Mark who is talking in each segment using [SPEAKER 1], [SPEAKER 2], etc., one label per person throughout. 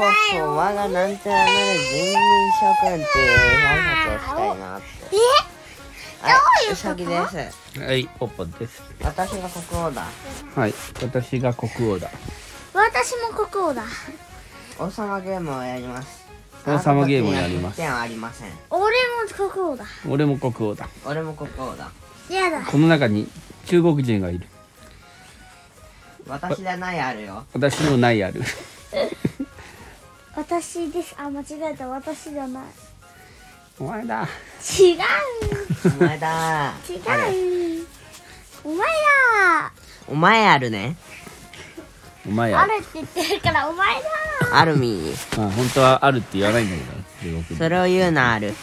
[SPEAKER 1] 漫画なんちゃらなる人民諸君っていう挨拶をしたいなって。
[SPEAKER 2] え
[SPEAKER 1] はい、うさぎです。
[SPEAKER 3] はい、ポッポです。
[SPEAKER 1] 私が国王だ。
[SPEAKER 3] はい、私が国王だ。
[SPEAKER 2] 私も国王だ
[SPEAKER 1] 王様ゲームをやります。
[SPEAKER 3] 王様ゲームをやります
[SPEAKER 1] 点はありません。
[SPEAKER 2] 俺も国王だ
[SPEAKER 3] 俺も国王だ。
[SPEAKER 1] 俺も国王だ。
[SPEAKER 2] やだ
[SPEAKER 3] この中に中国人がいる。
[SPEAKER 1] 私じゃないあるよ。
[SPEAKER 3] 私にもないある。
[SPEAKER 2] 私ですあ間違えた私じゃない
[SPEAKER 3] お前だ。
[SPEAKER 2] 違う。
[SPEAKER 1] お前だ
[SPEAKER 2] 違
[SPEAKER 1] あれ
[SPEAKER 2] うお前
[SPEAKER 1] お前あるね。
[SPEAKER 3] お前
[SPEAKER 2] だあ
[SPEAKER 3] や。
[SPEAKER 2] るって言ってるからお前だ
[SPEAKER 1] あるみ
[SPEAKER 3] あ、本当はあるって言わないんだけど、中国
[SPEAKER 1] そ
[SPEAKER 3] 人。
[SPEAKER 1] れを言うなある。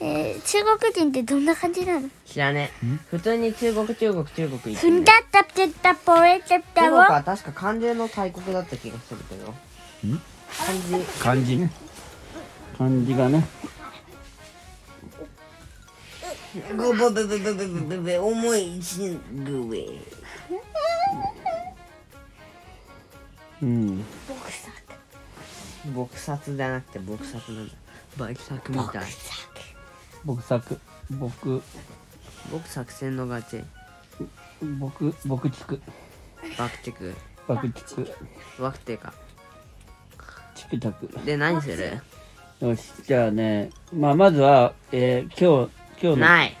[SPEAKER 2] えー、中国人ってどんな感じなの
[SPEAKER 1] 知らねえ。普通に中国、中国、中国行って
[SPEAKER 2] ふ
[SPEAKER 1] る
[SPEAKER 2] んだったぷったぽれたっ
[SPEAKER 1] 中
[SPEAKER 2] た
[SPEAKER 1] 国
[SPEAKER 2] わ
[SPEAKER 1] は確か漢字の大国だった気がするけど。
[SPEAKER 3] ん
[SPEAKER 1] 漢字。
[SPEAKER 3] 漢字ね。漢字がね。
[SPEAKER 1] グブブブブブブブブ重いジングウェイ。
[SPEAKER 3] うん。
[SPEAKER 2] 僕さ
[SPEAKER 1] 撲殺じゃなくて撲殺なんだ。倍作みたい。
[SPEAKER 3] 僕作。僕、
[SPEAKER 1] 僕作戦の勝ち。
[SPEAKER 3] 僕、僕地区。
[SPEAKER 1] 爆竹。
[SPEAKER 3] 爆地区。
[SPEAKER 1] 爆竹か。
[SPEAKER 3] チクタク。
[SPEAKER 1] で、何する
[SPEAKER 3] よし、じゃあね、まあ、まずは、えー、今日、今日の、
[SPEAKER 1] ない。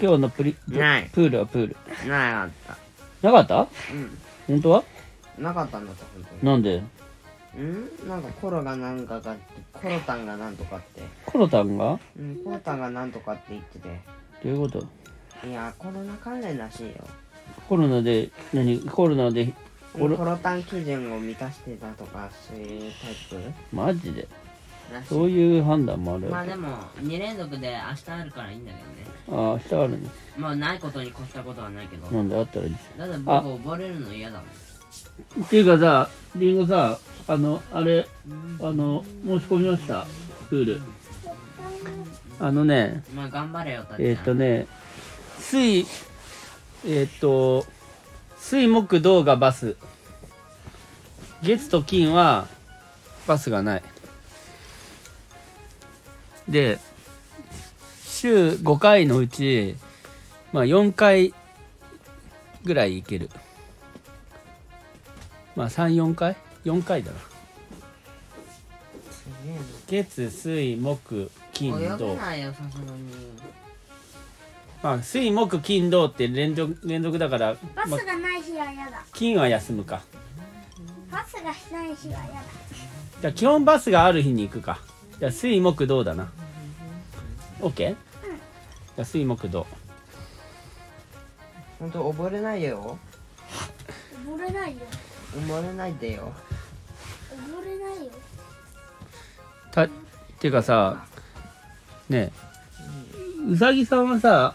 [SPEAKER 3] 今日のプリ、プ
[SPEAKER 1] ない
[SPEAKER 3] プールはプール。
[SPEAKER 1] ないあった。
[SPEAKER 3] なかった
[SPEAKER 1] うん。
[SPEAKER 3] 本当は
[SPEAKER 1] なかったんだと、本当に。
[SPEAKER 3] なんで
[SPEAKER 1] うんなんかコロがなんかがって、コロタンがなんとかって。
[SPEAKER 3] コロタンが
[SPEAKER 1] うん、コロタンがなんとかって言ってて。
[SPEAKER 3] どういうこと
[SPEAKER 1] いや、コロナ関連らしいよ。
[SPEAKER 3] コロナで、何コロナで、
[SPEAKER 1] コ
[SPEAKER 3] コロ
[SPEAKER 1] ロタン基準を満たしてたとか、そういうタイプ
[SPEAKER 3] マジで
[SPEAKER 1] らしい。
[SPEAKER 3] そういう判断もある
[SPEAKER 1] ま
[SPEAKER 3] わ
[SPEAKER 1] あ
[SPEAKER 3] け。
[SPEAKER 1] でも、2連続で明日あるからいいんだけどね。
[SPEAKER 3] ああ、下あるね。
[SPEAKER 1] まあないことに越したことはないけど。
[SPEAKER 3] なんであったらいいじ
[SPEAKER 1] だって僕
[SPEAKER 3] あ
[SPEAKER 1] 溺れるの嫌だもん。
[SPEAKER 3] ゃん。っていうかさ、リンゴさ、あの、あれ、あの、申し込みました。プール。あのね、
[SPEAKER 1] まあ頑張れよ、たっちゃん。
[SPEAKER 3] えーっとね、水、えーっと、水木銅がバス。月と金はバスがない。で、週5回のうち、まあ4回ぐらい行ける。まあ3、4回 ?4 回だな。月、水、木、金、
[SPEAKER 1] 泳げ
[SPEAKER 3] 銅。
[SPEAKER 1] ないよ、さすがに。
[SPEAKER 3] まあ、水木金土って連続連続だから、
[SPEAKER 2] バス
[SPEAKER 3] まあ、
[SPEAKER 2] がない日はやだ
[SPEAKER 3] 金は休むか
[SPEAKER 2] バスがない日はやだ
[SPEAKER 3] じゃあ基本バスがある日に行くかじゃあ水木土だな OK? じゃあ水木土
[SPEAKER 1] ほんと、溺れないよ。
[SPEAKER 2] 溺れないよ
[SPEAKER 1] 溺れないでよ。
[SPEAKER 2] 溺れないよ
[SPEAKER 3] たっていうかさねえうさぎさんはさ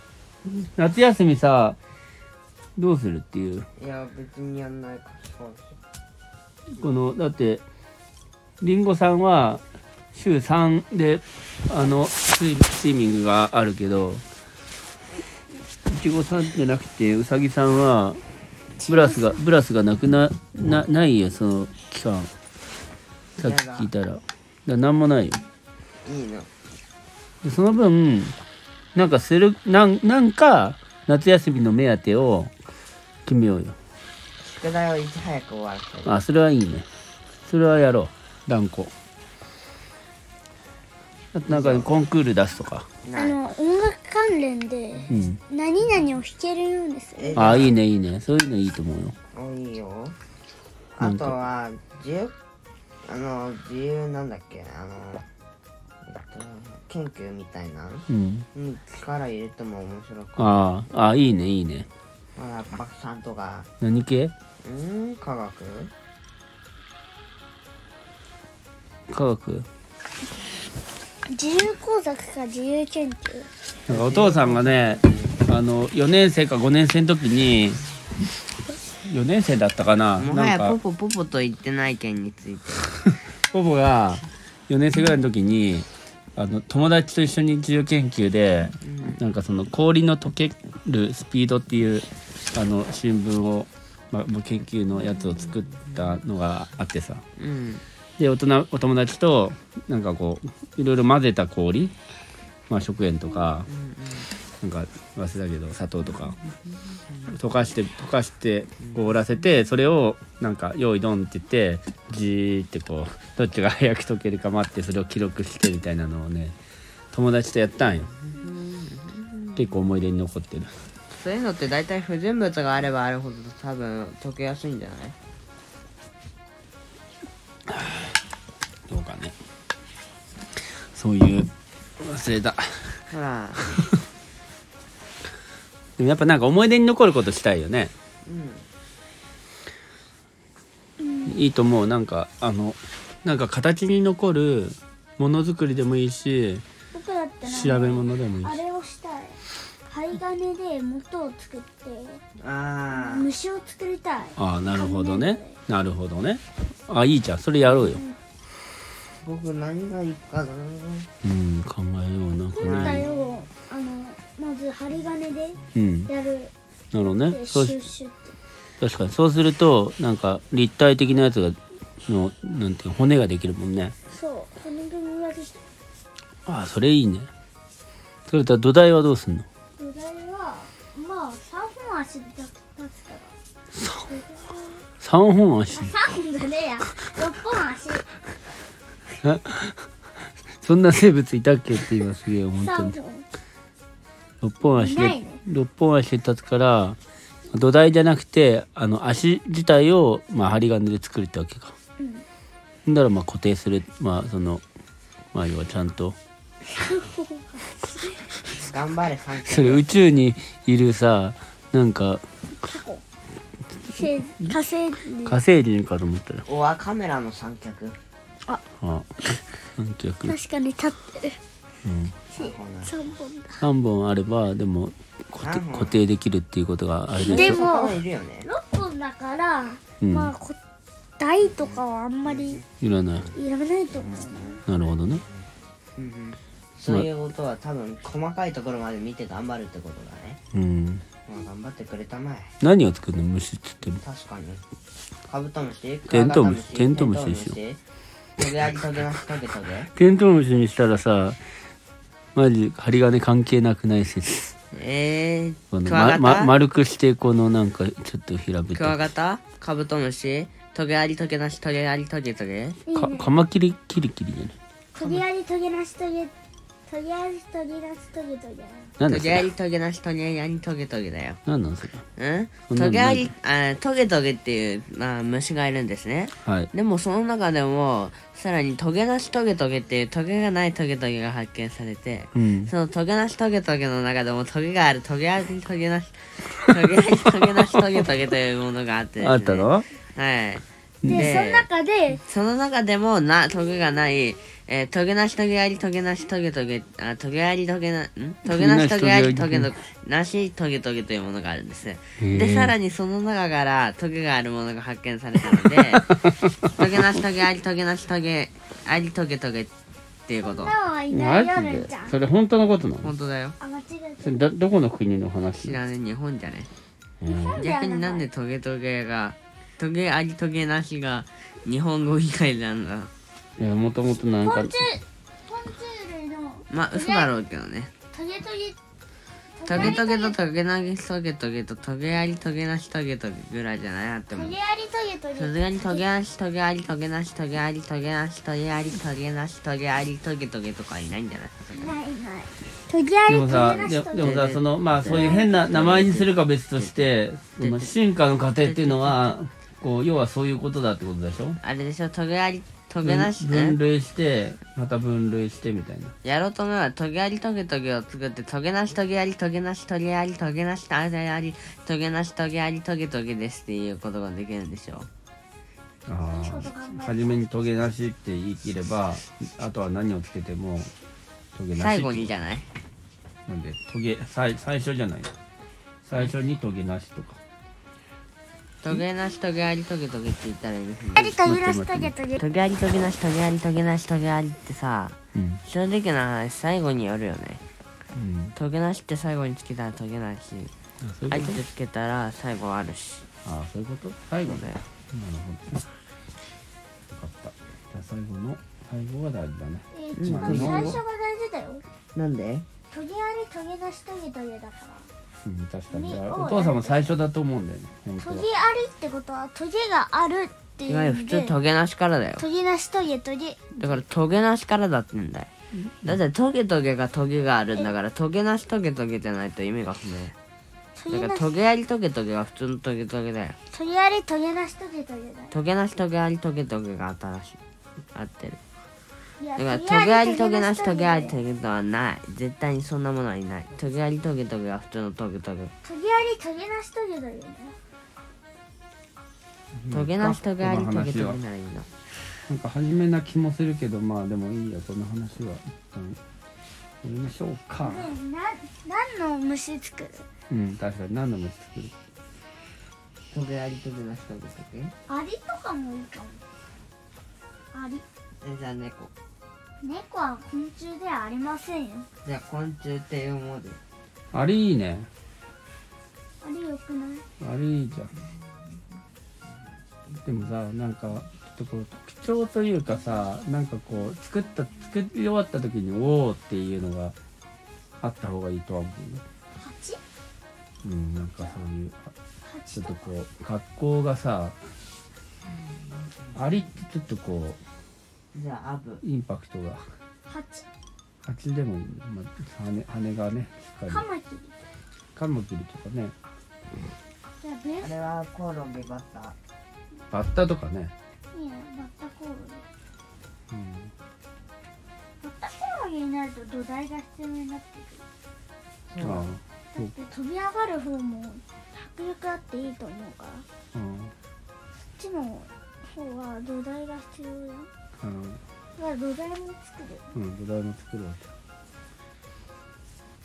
[SPEAKER 3] 夏休みさどうするっていう
[SPEAKER 1] いや、別にやんないから、そうですよ
[SPEAKER 3] このだってりんごさんは週3であのスイスイミングがあるけどいちごさんじゃなくてうさぎさんはブラスがブラスがなくななないよその期間さっき聞いたらだから何もないよ
[SPEAKER 1] いいの。
[SPEAKER 3] でその分なんかするなんなんか夏休みの目当てを決めようよ
[SPEAKER 1] 宿題をいち早く終わらせる。
[SPEAKER 3] あそれはいいねそれはやろう断固あとなんかコンクール出すとか
[SPEAKER 2] あ
[SPEAKER 1] ない。
[SPEAKER 2] の音楽関連で
[SPEAKER 3] うん
[SPEAKER 2] 何々を弾けるようにする
[SPEAKER 1] え
[SPEAKER 3] あいいねいいねそういうのいいと思うよ
[SPEAKER 1] おいいよ。
[SPEAKER 3] な
[SPEAKER 1] あ
[SPEAKER 3] ん
[SPEAKER 1] と
[SPEAKER 3] か
[SPEAKER 1] は、自由、あの、自由なんだっけ、あの、えっと研究みたいな。
[SPEAKER 3] うん
[SPEAKER 1] うん、力入れても面白く。
[SPEAKER 3] あああいいねいいね
[SPEAKER 1] ほら、パクさんとか、
[SPEAKER 3] 何系
[SPEAKER 1] うん、科学
[SPEAKER 3] 科学
[SPEAKER 2] 自由工作か自由研究
[SPEAKER 3] なんかお父さんがねあの4年生か5年生の時に4年生だったかな
[SPEAKER 1] もは
[SPEAKER 3] なん
[SPEAKER 1] やポ
[SPEAKER 3] か
[SPEAKER 1] ポポポと言ってない件について。
[SPEAKER 3] ほぼが4年生ぐらいの時にあの友達と一緒に自由研究で、なんかその氷の溶けるスピードっていうあの新聞を、まあ、もう研究のやつを作ったのがあってさ
[SPEAKER 1] うん。
[SPEAKER 3] で大人お友達となんかこういろいろ混ぜた氷、まあ、食塩とか、なんか忘れたけど砂糖とか溶かして溶かして凍らせてそれをなんか「用意ドン」って言ってじーってこうどっちが早く溶けるか待ってそれを記録してみたいなのをね友達とやったんよ結構思い出に残ってる
[SPEAKER 4] そういうのって大体不純物があればあるほど多分溶けやすいんじゃない
[SPEAKER 3] どうかねそういう忘れた
[SPEAKER 4] ほ ら
[SPEAKER 3] でもやっぱなんか思い出に残ることしたいよね
[SPEAKER 4] うん
[SPEAKER 3] いいと思うなんかあのなんか形に残るものづくりでもいいし
[SPEAKER 2] 僕だってなんか
[SPEAKER 3] 調べ物でもいい
[SPEAKER 2] あ
[SPEAKER 3] し
[SPEAKER 2] れをしたい針金で元を作って
[SPEAKER 4] あー
[SPEAKER 2] 虫を作りたい
[SPEAKER 3] ああなるほどねなるほどねあいいじゃんそれやろうよ
[SPEAKER 4] 僕何がいいかな
[SPEAKER 3] うん考えようなんか
[SPEAKER 2] 本体
[SPEAKER 3] ね
[SPEAKER 2] をあのまず針金で
[SPEAKER 3] うんなる
[SPEAKER 2] やる
[SPEAKER 3] ほど
[SPEAKER 2] で
[SPEAKER 3] ね
[SPEAKER 2] シ
[SPEAKER 3] そ
[SPEAKER 2] ュ
[SPEAKER 3] う
[SPEAKER 2] ッシュって
[SPEAKER 3] 確かにそうするとなんか立体的なやつがのなんていうの骨ができるもんね
[SPEAKER 2] そう骨組みができ
[SPEAKER 3] ああそれいいねそれと土台はどうすんの
[SPEAKER 2] 土台はまあ3本足で立つから
[SPEAKER 3] 3本足
[SPEAKER 2] 3本じゃねえや6本足
[SPEAKER 3] そんな生物いたっけって今すげえ思ったんだ
[SPEAKER 2] 3本
[SPEAKER 3] 六本足
[SPEAKER 2] い
[SPEAKER 3] で
[SPEAKER 2] ないね
[SPEAKER 3] 六本足で立つから土台じゃなくてあの足自体を、まあ、針金で作るってわけか。うん、だからまあ固定するまあそのまあ要はちゃんと
[SPEAKER 4] 頑張れ三
[SPEAKER 3] それ宇宙にいるさなんか
[SPEAKER 2] せ火星に
[SPEAKER 3] 火星人かと思ったら
[SPEAKER 4] おわカメラの三脚
[SPEAKER 3] あなんとなく
[SPEAKER 2] 確かに立ってる
[SPEAKER 3] うん
[SPEAKER 4] 三本なの
[SPEAKER 2] 3本だ
[SPEAKER 3] 3本あればでも固定
[SPEAKER 4] 三本
[SPEAKER 3] 固定できるっていうことがあれだ
[SPEAKER 2] で
[SPEAKER 3] よ
[SPEAKER 2] も
[SPEAKER 4] 魚いるよね
[SPEAKER 2] 6本だから、
[SPEAKER 3] うん
[SPEAKER 2] まあこ台とかはあんまり
[SPEAKER 3] いらない
[SPEAKER 2] いらないと思う
[SPEAKER 3] なるほどね
[SPEAKER 4] うんうんそういうことは多分細かいところまで見て頑張るってことだね
[SPEAKER 3] うん
[SPEAKER 4] まあ頑張ってくれたまえ
[SPEAKER 3] 何を作るの虫っつっても
[SPEAKER 4] 確かにカブトムシ
[SPEAKER 3] テントウムシ
[SPEAKER 4] クワガタ
[SPEAKER 3] テントウムシでしょ
[SPEAKER 4] テントウムシトゲアジトゲナシトゲト ゲ
[SPEAKER 3] テントウムシにしたらさマジ針金関係なくない説
[SPEAKER 4] え
[SPEAKER 3] こ
[SPEAKER 4] ー
[SPEAKER 3] の
[SPEAKER 4] クワ
[SPEAKER 3] ま
[SPEAKER 4] ガ
[SPEAKER 3] ま
[SPEAKER 4] タ
[SPEAKER 3] 丸くしてこのなんかちょっと平べっ
[SPEAKER 4] クワ
[SPEAKER 3] た
[SPEAKER 4] ガタカブトムシトゲアリトゲナシトゲアリトゲトゲ
[SPEAKER 2] いい
[SPEAKER 3] か
[SPEAKER 2] ね
[SPEAKER 3] カマキリキリキリじゃない
[SPEAKER 2] とりあえずとげなしとげとりあえずとげなしとげとげ
[SPEAKER 3] なんだ
[SPEAKER 4] ト
[SPEAKER 3] そ
[SPEAKER 4] ゲア
[SPEAKER 3] れ
[SPEAKER 4] リトゲナシトゲアリトゲトゲだよ
[SPEAKER 3] なんなんそれ
[SPEAKER 4] うん
[SPEAKER 3] そんなの
[SPEAKER 4] トゲ
[SPEAKER 3] な
[SPEAKER 4] ア
[SPEAKER 3] い
[SPEAKER 4] リあトゲトゲっていう、まあ、虫がいるんですね
[SPEAKER 3] はい
[SPEAKER 4] でもその中でもさらにトゲなしトゲトゲっていうトゲがないトゲトゲが発見されて
[SPEAKER 3] うん
[SPEAKER 4] そのトゲなしトゲトゲの中でもトゲがあるトゲありトゲなしトゲなしトゲなしトゲトゲというものがあってですね
[SPEAKER 3] あったの
[SPEAKER 4] はい
[SPEAKER 2] で
[SPEAKER 4] で
[SPEAKER 2] その中で
[SPEAKER 4] その中でもなトゲがない、えー、トゲなしトゲありトゲなしトゲトゲあトゲありトゲなんトゲなしトゲありトゲのなしトゲトゲというものがあるんですでさら
[SPEAKER 3] に
[SPEAKER 4] にその中からトゲがあるものが発見されたのでトゲなしトゲありトゲなしトゲありトゲトゲっていうこと
[SPEAKER 2] タワーはいな
[SPEAKER 3] マ
[SPEAKER 2] いよる
[SPEAKER 3] ジ
[SPEAKER 2] ん
[SPEAKER 3] で
[SPEAKER 2] ちゃん
[SPEAKER 3] それ本当のことなの
[SPEAKER 4] 本当だよ
[SPEAKER 2] あ間違え
[SPEAKER 3] そ
[SPEAKER 2] た
[SPEAKER 3] れどどこの国の
[SPEAKER 4] 知
[SPEAKER 3] 話
[SPEAKER 4] らねえ日本じゃね
[SPEAKER 3] うん
[SPEAKER 4] 逆になんでトゲトゲがトゲありトゲなしが日本語以外なんだ
[SPEAKER 3] いやもともとなん
[SPEAKER 2] 昆
[SPEAKER 3] か
[SPEAKER 2] 虫昆虫類の
[SPEAKER 4] まあ嘘だろうけどね
[SPEAKER 2] トゲトゲ
[SPEAKER 4] トゲトゲとトゲなぎトゲトゲとトゲありトゲなしトゲトゲぐらいじゃないなって
[SPEAKER 2] ト
[SPEAKER 4] 思う
[SPEAKER 2] ゲありトゲト
[SPEAKER 4] さす
[SPEAKER 2] ゲ
[SPEAKER 4] がにトゲなしトゲありトゲなしトゲありトゲなしトゲありトゲなしトゲありトゲトゲとかいないんじゃない
[SPEAKER 2] ないないトゲあり
[SPEAKER 3] で
[SPEAKER 2] ト
[SPEAKER 3] も
[SPEAKER 2] ゲ
[SPEAKER 3] さ
[SPEAKER 2] な
[SPEAKER 3] で
[SPEAKER 2] しと
[SPEAKER 3] で
[SPEAKER 2] げ
[SPEAKER 3] もさそのまあそういう変な名前にするかは別としてその進化の過程っていうのはこう要はそういうことだってことでしょ
[SPEAKER 4] あれでしょトゲありトゲなし
[SPEAKER 3] 分
[SPEAKER 4] ね
[SPEAKER 3] 類してまた分類してみたいな
[SPEAKER 4] やろうと思えばトゲありトゲトゲを作ってトゲなしトゲありトゲなしトゲありトゲなしトゲありトゲなしトゲありトゲトゲですっていうことができるんでしょ
[SPEAKER 3] ああ初めにトゲなしって言い切ればあとは何をつけてもトゲなし
[SPEAKER 4] 最後にじゃない
[SPEAKER 3] なんでトゲ最最初じゃない最初にトゲなしとか
[SPEAKER 4] トゲなしトゲありトゲトゲって言ったらいいですね
[SPEAKER 2] ありトゲなしトゲトゲ
[SPEAKER 4] トゲありトゲなしトゲありトゲなしトゲありってさ
[SPEAKER 3] うん、
[SPEAKER 4] 正直な話最後によるよね
[SPEAKER 3] うん、
[SPEAKER 4] トゲなしって最後につけたらトゲないし
[SPEAKER 3] あそう
[SPEAKER 4] あ
[SPEAKER 3] い
[SPEAKER 4] り
[SPEAKER 3] う
[SPEAKER 4] っ
[SPEAKER 3] こ
[SPEAKER 4] てつけたら最後あるし
[SPEAKER 3] とああそういうこと最後
[SPEAKER 4] そ
[SPEAKER 3] ね
[SPEAKER 4] うだよ
[SPEAKER 3] なるほど。分かった。じゃあ最後の最後が大事だね
[SPEAKER 2] え一番
[SPEAKER 4] うん
[SPEAKER 2] 最初が大事だよ
[SPEAKER 4] なんで
[SPEAKER 2] トゲありトゲなしトゲトゲだから
[SPEAKER 3] うん確かに
[SPEAKER 2] ね
[SPEAKER 3] お父さんも最初だと思うんだよね本当
[SPEAKER 2] トゲ
[SPEAKER 3] は
[SPEAKER 2] ありってことはトゲがあるってい
[SPEAKER 4] いうわゆる
[SPEAKER 2] ん
[SPEAKER 4] 普
[SPEAKER 2] で
[SPEAKER 4] 通トゲなしからだよ
[SPEAKER 2] トゲなしトゲトゲ
[SPEAKER 4] だからトゲなしからだってんだよだってトゲトゲがトゲがあるんだからトゲなしトゲトゲじゃないと意味が不明
[SPEAKER 2] ト
[SPEAKER 4] だ
[SPEAKER 2] ゲな
[SPEAKER 4] から
[SPEAKER 2] し
[SPEAKER 4] トゲありトゲトゲは普通のトゲトゲだよ
[SPEAKER 2] トゲありトゲなしトゲトゲだよ
[SPEAKER 4] トゲなしトゲありトゲトゲが新しい合ってる
[SPEAKER 2] い
[SPEAKER 4] だ
[SPEAKER 2] や
[SPEAKER 4] からトゲありトゲなしトゲあり
[SPEAKER 2] ト
[SPEAKER 4] トゲとはない絶対にそんなものはいないトゲありトゲトゲは普通のトゲトゲ
[SPEAKER 2] ゲありトゲなしトゲトゲだよ
[SPEAKER 4] トゲなしトゲあり
[SPEAKER 3] こ
[SPEAKER 4] ト
[SPEAKER 3] の
[SPEAKER 4] ゲ
[SPEAKER 3] 話
[SPEAKER 4] ト
[SPEAKER 3] は
[SPEAKER 4] ゲならいいの
[SPEAKER 3] なんか初めな気もするけどまあでもいいやこの話は一旦やりましょうか
[SPEAKER 2] ねえな何の虫作る
[SPEAKER 3] うん確かに何度も作る
[SPEAKER 4] トゲありトゲなしトゲトゲ
[SPEAKER 2] アリとかもいいかもアリ
[SPEAKER 4] えじゃあ猫
[SPEAKER 2] 猫は昆虫ではありませんよ
[SPEAKER 4] じゃあ昆虫っていうもので
[SPEAKER 3] あれいいね
[SPEAKER 2] アリよくない
[SPEAKER 3] あれいいじゃんでもさなんかちょっとこう特徴というかさなんかこう作った作り終わった時におおっていうのがあった方がいいとは思うね
[SPEAKER 2] ハチ
[SPEAKER 3] うんなんかそういう
[SPEAKER 2] ハ
[SPEAKER 3] ち
[SPEAKER 2] チ
[SPEAKER 3] ょっ
[SPEAKER 2] と
[SPEAKER 3] と
[SPEAKER 2] か
[SPEAKER 3] こう格好がさありってちょっとこ
[SPEAKER 4] じゃあアブ
[SPEAKER 3] うインパクトが
[SPEAKER 2] ハチ
[SPEAKER 3] 蜂でも、まあ、羽羽がねしっ
[SPEAKER 2] カ
[SPEAKER 3] かり
[SPEAKER 2] マキリ
[SPEAKER 3] カマキリとかね
[SPEAKER 2] じゃあベース
[SPEAKER 4] れはコオロギバッタ
[SPEAKER 3] バッタとかね、
[SPEAKER 2] にはバッタコオロギ
[SPEAKER 3] うん、
[SPEAKER 2] バッタコオロギになると土台が必要になって
[SPEAKER 3] ああ
[SPEAKER 2] くるだって飛び上がる方も迫力あっていいと思うからこ
[SPEAKER 3] うん
[SPEAKER 2] っちの方は土台が必要だよ
[SPEAKER 3] うん
[SPEAKER 2] だから土台も作る
[SPEAKER 3] うん土台も作るわ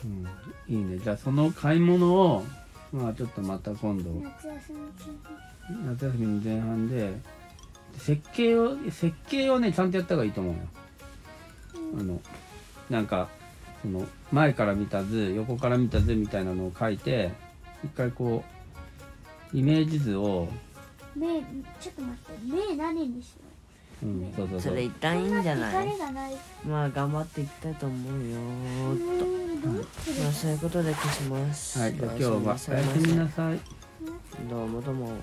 [SPEAKER 3] けうんいいねじゃあその買い物をまあちょっとまた今度
[SPEAKER 2] 夏休み中に
[SPEAKER 3] 夏休みの前半で設計を設計をねちゃんとやった方がいいと思うよあのなんかその前から見た図横から見た図みたいなのを書いて一回こうイメージ図を、
[SPEAKER 2] 目ちょっと待って目何にしよ
[SPEAKER 3] うん、そうそう
[SPEAKER 4] そ
[SPEAKER 3] そう
[SPEAKER 4] れ
[SPEAKER 3] い
[SPEAKER 4] 一
[SPEAKER 2] う
[SPEAKER 4] 旦いいんじゃな
[SPEAKER 2] そん
[SPEAKER 4] い
[SPEAKER 2] な疲れがない
[SPEAKER 4] まあ頑張っていきたいと思うよ
[SPEAKER 2] う
[SPEAKER 4] ーっと
[SPEAKER 2] ーんどうする
[SPEAKER 4] まあそういうことで消します
[SPEAKER 3] はいじゃあ今日
[SPEAKER 4] おや
[SPEAKER 3] は
[SPEAKER 4] す
[SPEAKER 3] おやすみ
[SPEAKER 4] みな
[SPEAKER 3] なさい
[SPEAKER 4] さいどうもどうも